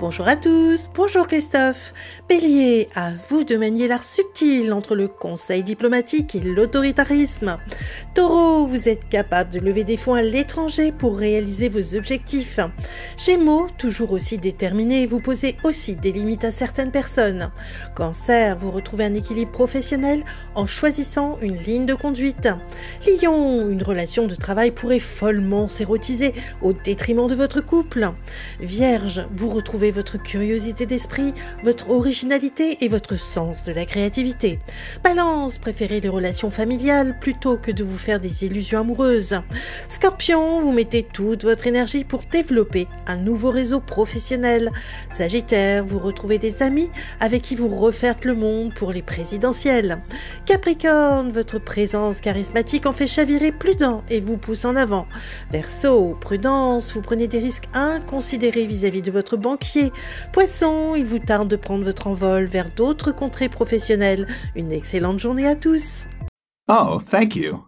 Bonjour à tous, bonjour Christophe. Bélier, à vous de manier l'art subtil entre le conseil diplomatique et l'autoritarisme. Taureau, vous êtes capable de lever des fonds à l'étranger pour réaliser vos objectifs. Gémeaux, toujours aussi déterminé, vous posez aussi des limites à certaines personnes. Cancer, vous retrouvez un équilibre professionnel en choisissant une ligne de conduite. Lion, une relation de travail pourrait follement s'érotiser au détriment de votre couple. Vierge, vous retrouvez votre curiosité d'esprit, votre originalité et votre sens de la créativité. Balance, préférez les relations familiales plutôt que de vous faire des illusions amoureuses. Scorpion, vous mettez toute votre énergie pour développer un nouveau réseau professionnel. Sagittaire, vous retrouvez des amis avec qui vous refaites le monde pour les présidentielles. Capricorne, votre présence charismatique en fait chavirer plus d'un et vous pousse en avant. Verseau, prudence, vous prenez des risques inconsidérés vis-à-vis -vis de votre banquier. Poisson, il vous tarde de prendre votre envol vers d'autres contrées professionnelles. Une excellente journée à tous. Oh, thank you.